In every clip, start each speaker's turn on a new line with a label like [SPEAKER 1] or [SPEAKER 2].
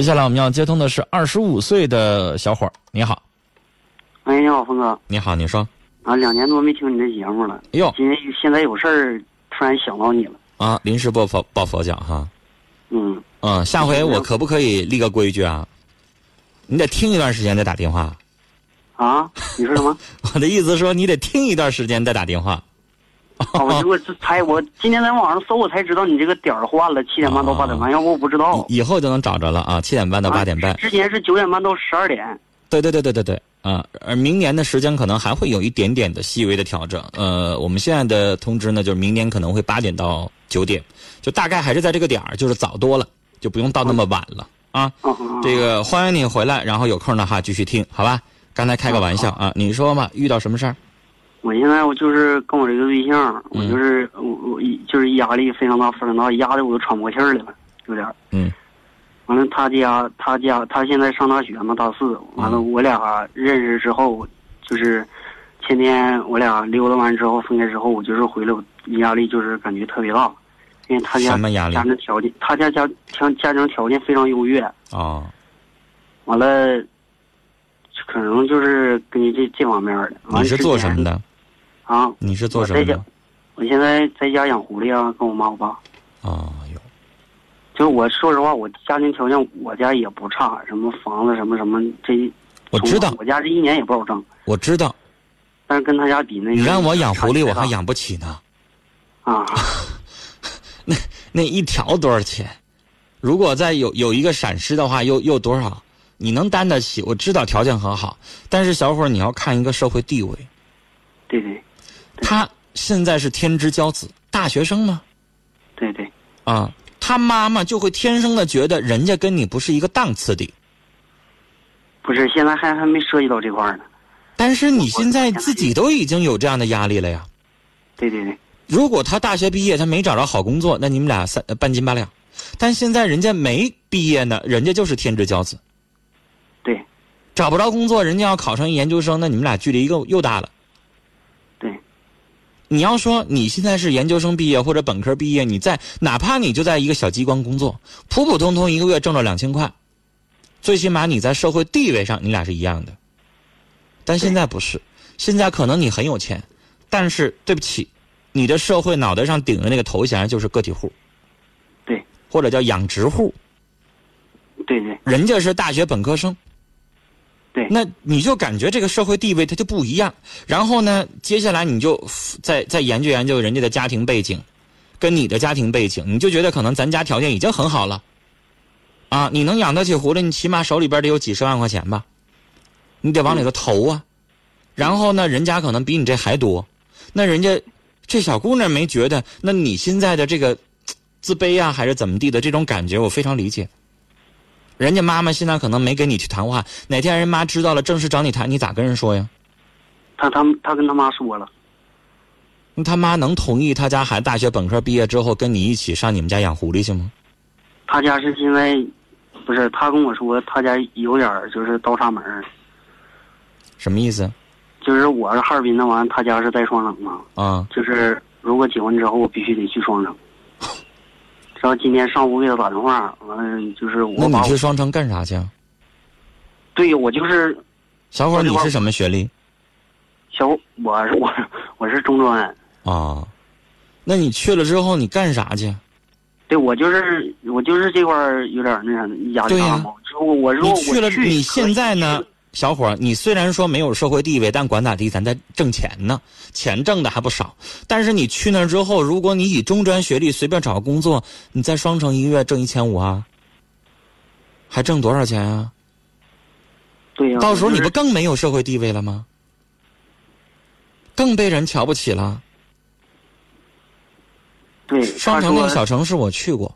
[SPEAKER 1] 接下来我们要接通的是二十五岁的小伙儿，你好，
[SPEAKER 2] 喂，你好，哎峰哥
[SPEAKER 1] 你好，你说，
[SPEAKER 2] 啊，两年多没听你的节目了，
[SPEAKER 1] 哟
[SPEAKER 2] 今天现在有事儿，突然想到你了，
[SPEAKER 1] 啊，临时抱佛抱佛脚哈，
[SPEAKER 2] 嗯，
[SPEAKER 1] 嗯，下回我可不可以立个规矩啊？你得听一段时间再打电话。
[SPEAKER 2] 啊，你说什么？
[SPEAKER 1] 我的意思说，你得听一段时间再打电话。
[SPEAKER 2] 啊，我结果 这才我今天在网上搜，我才知道你这个点儿换了，七点半到八点半，要不我不知道。
[SPEAKER 1] 以以后就能找着了哦啊，七点半到八点半
[SPEAKER 2] 啊。之前是九点半到十二点，
[SPEAKER 1] 对对对对对对，啊，而明年的时间可能还会有一点点的细微的调整。呃，我们现在的通知呢，就是明年可能会八点到九点，就大概还是在这个点儿，就是早多了，就不用到那么晚了啊。
[SPEAKER 2] 嗯嗯，
[SPEAKER 1] 这个欢迎你回来，然后有空的话继续听，好吧？刚才开个玩笑啊，你说嘛，遇到什么事儿？
[SPEAKER 2] 我现在我就是跟我这个对象，我
[SPEAKER 1] 嗯
[SPEAKER 2] 就是我我就是压力非常大，非常大，压得我都喘不过气儿来了，有点儿。
[SPEAKER 1] 嗯
[SPEAKER 2] 完了，他家他家他现在上大学嘛，大四。完
[SPEAKER 1] 嗯
[SPEAKER 2] 了，我俩认识之后，就是天天我俩溜达完之后分开之后，我就是回来，我压力就是感觉特别大，因为他家
[SPEAKER 1] 什么压力
[SPEAKER 2] 家庭条件，他家家家家庭条件非常优越。
[SPEAKER 1] 哦，
[SPEAKER 2] 完了，可能就是跟你这这方面的。完了
[SPEAKER 1] 你是做什么
[SPEAKER 2] 之前
[SPEAKER 1] 的？
[SPEAKER 2] 啊？
[SPEAKER 1] 你是做什么
[SPEAKER 2] 我在
[SPEAKER 1] 的
[SPEAKER 2] 家？我现在在家养狐狸啊，跟我妈我爸。
[SPEAKER 1] 哦哟，
[SPEAKER 2] 就是我说实话，我家庭条件我家也不差，什么房子什么什么这。
[SPEAKER 1] 我知道，
[SPEAKER 2] 我家这一年也不好挣，
[SPEAKER 1] 我知道，
[SPEAKER 2] 但是跟他家比那个
[SPEAKER 1] 你让我养狐狸，我还
[SPEAKER 2] 差距
[SPEAKER 1] 养不起呢。
[SPEAKER 2] 大啊！
[SPEAKER 1] 那一条多少钱？如果再有有一个闪失的话，又又多少？你能担得起？我知道条件很好，但是小伙儿你要看一个社会地位，
[SPEAKER 2] 对对
[SPEAKER 1] 他现在是天之骄子，大学生吗？
[SPEAKER 2] 对对，
[SPEAKER 1] 啊，他妈妈就会天生的觉得人家跟你不是一个档次的。
[SPEAKER 2] 不是现在还还没涉及到这块儿呢。
[SPEAKER 1] 但是你现在自己都已经有这样的压力了呀。
[SPEAKER 2] 对对对，
[SPEAKER 1] 如果他大学毕业，他没找着好工作，那你们俩三呃半斤八两。但现在人家没毕业呢，人家就是天之骄子。
[SPEAKER 2] 对
[SPEAKER 1] 找不着工作，人家要考上一研究生，那你们俩距离又又大了。
[SPEAKER 2] 对
[SPEAKER 1] 你要说你现在是研究生毕业或者本科毕业，你在哪怕你就在一个小机关工作，普普通通一个月挣着两千块，最起码你在社会地位上你俩是一样的。但现在不是，现在可能你很有钱，但是对不起，你的社会脑袋上顶着那个头衔就是个体户，
[SPEAKER 2] 对，
[SPEAKER 1] 或者叫养殖户，
[SPEAKER 2] 对对
[SPEAKER 1] 人家是大学本科生，
[SPEAKER 2] 对
[SPEAKER 1] 那你就感觉这个社会地位它就不一样。然后呢，接下来你就 f- 再再研究研究人家的家庭背景，跟你的家庭背景，你就觉得可能咱家条件已经很好了，啊，你能养得起狐狸，你起码手里边得有几十万块钱吧，你得往里头投啊。然后呢，人家可能比你这还多，那人家这小姑娘没觉得，那你现在的这个自卑啊，还是怎么地的这种感觉，我非常理解。人家妈妈现在可能没跟你去谈话，哪天人妈知道了，正式找你谈，你咋跟人说呀？
[SPEAKER 2] 他他他跟他妈说了，
[SPEAKER 1] 你他妈能同意他家孩子大学本科毕业之后跟你一起上你们家养狐狸去吗？
[SPEAKER 2] 他家是现在不是他跟我说他家有点儿就是倒插门儿，
[SPEAKER 1] 什么意思
[SPEAKER 2] 就是我是哈尔滨的，完了他家是在双城嘛，
[SPEAKER 1] 啊？
[SPEAKER 2] 就是如果结婚之后我必须得去双城。然后今天上午给他打电话，完了就是
[SPEAKER 1] 那
[SPEAKER 2] 我
[SPEAKER 1] 你
[SPEAKER 2] 把
[SPEAKER 1] 去
[SPEAKER 2] 我
[SPEAKER 1] 双城干啥去？啊？
[SPEAKER 2] 对我就是
[SPEAKER 1] 小伙儿，
[SPEAKER 2] 我这
[SPEAKER 1] 你
[SPEAKER 2] 块
[SPEAKER 1] 是什么学历
[SPEAKER 2] 小我是我我是中专，
[SPEAKER 1] 啊？那你去了之后你干啥去？
[SPEAKER 2] 对我就是我就是这块儿有点儿那啥压力
[SPEAKER 1] 对
[SPEAKER 2] 大
[SPEAKER 1] 呀
[SPEAKER 2] 嘛。如果我如
[SPEAKER 1] 你
[SPEAKER 2] 果我
[SPEAKER 1] 去了，
[SPEAKER 2] 去
[SPEAKER 1] 你现在呢？？小伙儿，你虽然说没有社会地位，但管咋地，咱在挣钱呢，钱挣的还不少。但是你去那儿之后，如果你以中专学历随便找个工作，你在双城一个月挣一千五啊，还挣多少钱啊？
[SPEAKER 2] 对呀、
[SPEAKER 1] 到时候
[SPEAKER 2] 我就
[SPEAKER 1] 你
[SPEAKER 2] 是
[SPEAKER 1] 不更没有社会地位了吗？更被人瞧不起了。
[SPEAKER 2] 对
[SPEAKER 1] 双
[SPEAKER 2] 他
[SPEAKER 1] 城那
[SPEAKER 2] 说
[SPEAKER 1] 个小城市我去过，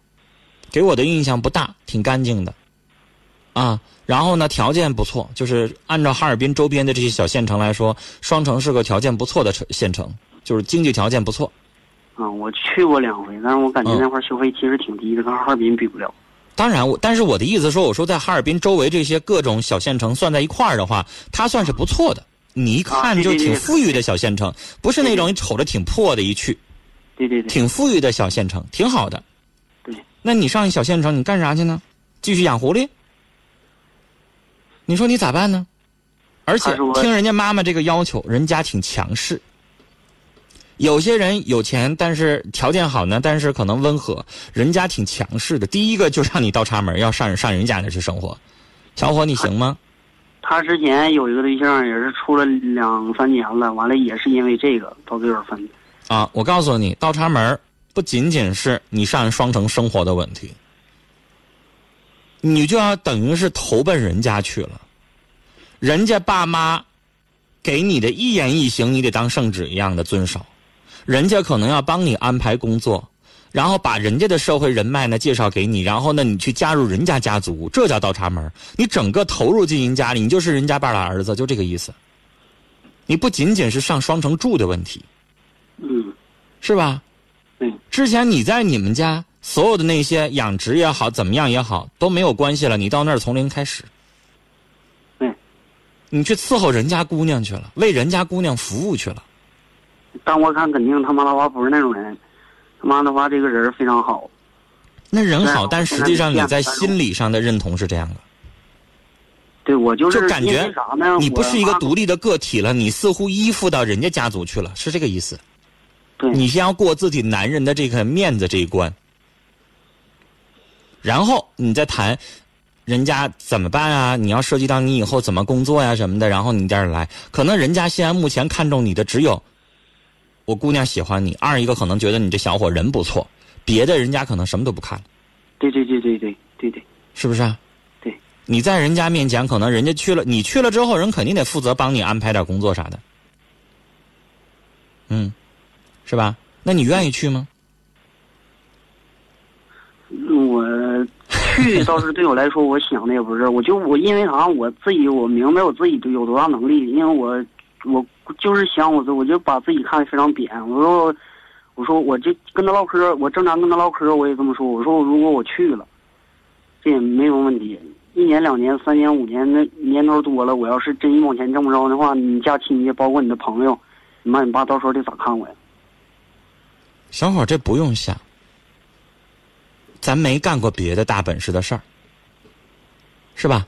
[SPEAKER 1] 给我的印象不大，挺干净的，啊，然后呢条件不错，就是按照哈尔滨周边的这些小县城来说，双城是个条件不错的城县城，就是经济条件不错。
[SPEAKER 2] 嗯，我去过两回，但是我感觉
[SPEAKER 1] 嗯
[SPEAKER 2] 那块儿消费其实挺低的，跟哈尔滨比不了。
[SPEAKER 1] 当然我，但是我的意思说，我说在哈尔滨周围这些各种小县城算在一块儿的话，它算是不错的。你一看就挺富裕的小县城，不是那种你瞅着挺破的一去，
[SPEAKER 2] 对对对，
[SPEAKER 1] 挺富裕的小县城，挺好的。
[SPEAKER 2] 对，
[SPEAKER 1] 那你上一小县城，你干啥去呢？继续养狐狸？你说你咋办呢？而且
[SPEAKER 2] 他说
[SPEAKER 1] 听人家妈妈这个要求，人家挺强势。有些人有钱，但是条件好呢，但是可能温和，人家挺强势的。第一个就让你倒插门，要上上人家那儿去生活，小伙你行吗？
[SPEAKER 2] 他之前有一个对象，也是处了两三年了，完了也是因为这个到最后分的。
[SPEAKER 1] 啊，我告诉你，倒插门不仅仅是你上双城生活的问题，你就要等于是投奔人家去了，人家爸妈给你的一言一行，你得当圣旨一样的遵守，人家可能要帮你安排工作。然后把人家的社会人脉呢介绍给你，然后呢你去加入人家家族，这叫倒插门。你整个投入进人家里，你就是人家半拉儿子，就这个意思。你不仅仅是上双城住的问题，
[SPEAKER 2] 嗯，
[SPEAKER 1] 是吧？
[SPEAKER 2] 对，
[SPEAKER 1] 之前你在你们家所有的那些养殖也好，怎么样也好都没有关系了，你到那儿从零开始。
[SPEAKER 2] 嗯，
[SPEAKER 1] 你去伺候人家姑娘去了，为人家姑娘服务去了。
[SPEAKER 2] 但我看肯定他妈的话不是那种人，他妈的话这个人非常好。
[SPEAKER 1] 那人
[SPEAKER 2] 对
[SPEAKER 1] 好，
[SPEAKER 2] 啊
[SPEAKER 1] 但实际上你在心理上的认同是这样的，
[SPEAKER 2] 对我就是
[SPEAKER 1] 就感觉
[SPEAKER 2] 因为啥呢？
[SPEAKER 1] 你不是一个
[SPEAKER 2] 我妈
[SPEAKER 1] 独立的个体了，你似乎依附到人家家族去了，是这个意思。
[SPEAKER 2] 对
[SPEAKER 1] 你先要过自己男人的这个面子这一关，然后你再谈人家怎么办啊？你要涉及到你以后怎么工作呀、什么的，然后你再来。可能人家现在目前看中你的只有我姑娘喜欢你，二一个可能觉得你这小伙人不错，别的人家可能什么都不看了，
[SPEAKER 2] 对对对对对对对，
[SPEAKER 1] 是不是、啊？
[SPEAKER 2] 对，
[SPEAKER 1] 你在人家面前，可能人家去了，你去了之后，人肯定得负责帮你安排点工作啥的，嗯，是吧？那你愿意去吗？
[SPEAKER 2] 我去倒是对我来说，我想的也不是，我就我因为啥，我自己我明白我自己有多大能力，因为我我就是想我自我就把自己看得非常扁，我说我说我就跟他唠嗑，我正常跟他唠嗑，我也这么说，我说如果我去了，这也没什么问题，一年两年三年五年那年头多了，我要是真一毛钱挣不着的话，你家亲戚包括你的朋友，你妈你爸到时候得咋看我呀？
[SPEAKER 1] 小伙儿，这不用想，咱没干过别的大本事的事儿，是吧？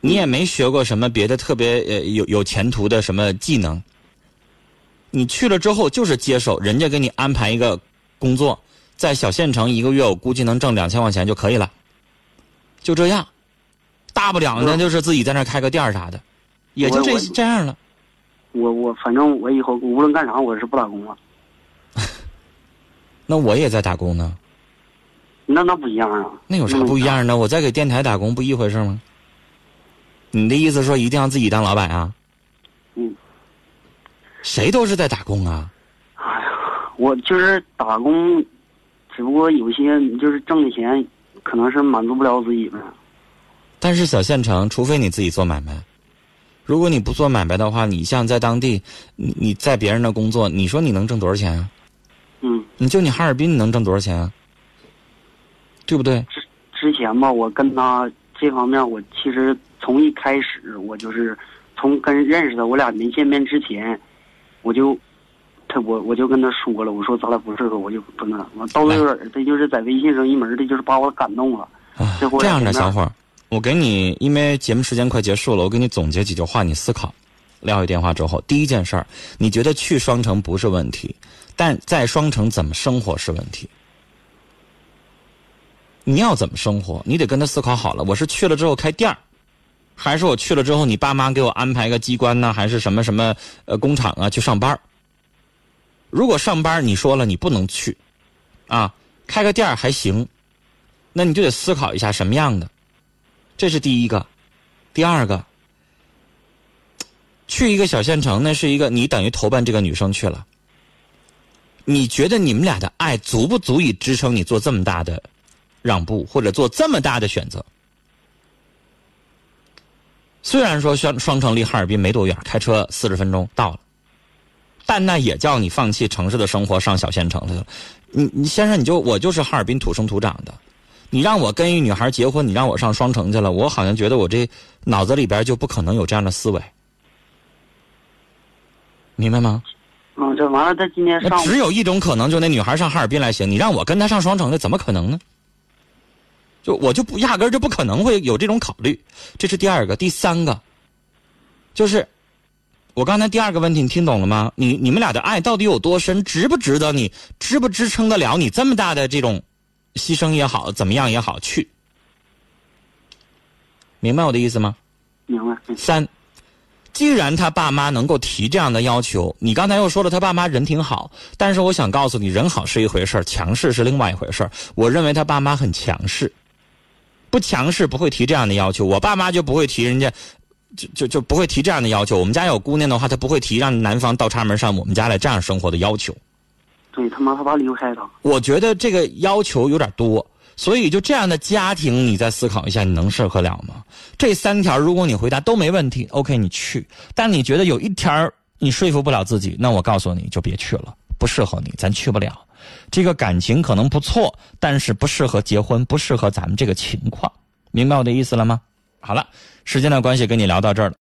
[SPEAKER 1] 你也没学过什么别的特别呃有有前途的什么技能。你去了之后就是接手，人家给你安排一个工作，在小县城一个月，我估计能挣两千块钱就可以了，就这样。大不了呢，
[SPEAKER 2] 嗯
[SPEAKER 1] 就是自己在那儿开个店儿啥的，也就
[SPEAKER 2] 我
[SPEAKER 1] 这
[SPEAKER 2] 我
[SPEAKER 1] 这样了。
[SPEAKER 2] 我我反正我以后无论干啥，我是不打工了，
[SPEAKER 1] 那我也在打工呢，
[SPEAKER 2] 那那不一样啊。
[SPEAKER 1] 那有啥不一样的？我在给电台打工不一回事吗？你的意思说一定要自己当老板啊？
[SPEAKER 2] 嗯，
[SPEAKER 1] 谁都是在打工啊。
[SPEAKER 2] 哎呀，我就是打工，只不过有些就是挣的钱，可能是满足不了自己呗。
[SPEAKER 1] 但是小县城，除非你自己做买卖，如果你不做买卖的话，你像在当地，你你在别人的工作，你说你能挣多少钱啊？
[SPEAKER 2] 嗯，
[SPEAKER 1] 你就你哈尔滨，你能挣多少钱啊？对不对？
[SPEAKER 2] 之前吧，我跟他这方面，我其实从一开始，我就是从跟认识他，我俩没见面之前，我就他我我就跟他说了，我说咱俩不适合，我就不那啥。完到最后，他就是在微信上一门，他就是把我感动了。
[SPEAKER 1] 啊
[SPEAKER 2] 最后，
[SPEAKER 1] 这样的
[SPEAKER 2] 两个
[SPEAKER 1] 小伙儿，我给你，因为节目时间快结束了，我给你总结几句话，你思考。撂下电话之后，第一件事儿，你觉得去双城不是问题，但在双城怎么生活是问题。你要怎么生活，你得跟他思考好了。我是去了之后开店儿，还是我去了之后你爸妈给我安排个机关呢，还是什么什么呃工厂啊去上班儿？如果上班儿你说了你不能去，啊，开个店儿还行，那你就得思考一下什么样的，这是第一个，第二个，去一个小县城，那是一个你等于投奔这个女生去了。你觉得你们俩的爱足不足以支撑你做这么大的让步，或者做这么大的选择？虽然说双双城离哈尔滨没多远，开车四十分钟到了，但那也叫你放弃城市的生活，上小县城去了。你你先生，你就我就是哈尔滨土生土长的，你让我跟一女孩结婚，你让我上双城去了，我好像觉得我这脑子里边就不可能有这样的思维，明白吗？
[SPEAKER 2] 嗯，这完了，他今天
[SPEAKER 1] 那
[SPEAKER 2] 上午
[SPEAKER 1] 只有一种可能，就那女孩上哈尔滨来行，你让我跟她上双城去，怎么可能呢？就我就不压根儿就不可能会有这种考虑，这是第二个，第三个，就是我刚才第二个问题，你听懂了吗？你你们俩的爱到底有多深，值不值得你，支不支撑得了你这么大的这种牺牲也好，怎么样也好去？明白我的意思吗？
[SPEAKER 2] 明白。嗯
[SPEAKER 1] 三，既然他爸妈能够提这样的要求，你刚才又说了他爸妈人挺好，但是我想告诉你，人好是一回事儿，强势是另外一回事儿。我认为他爸妈很强势，不强势不会提这样的要求。我爸妈就不会提人家，就就就不会提这样的要求。我们家有姑娘的话，她不会提让男方倒插门上我们家来这样生活的要求。
[SPEAKER 2] 对他妈他爸离不开他，
[SPEAKER 1] 我觉得这个要求有点多，所以就这样的家庭，你再思考一下，你能适合了吗？这三条，如果你回答都没问题，OK，你去。但你觉得有一条儿你说服不了自己，那我告诉你就别去了，不适合你，咱去不了。这个感情可能不错，但是不适合结婚，不适合咱们这个情况，明白我的意思了吗？好了，时间的关系，跟你聊到这儿了。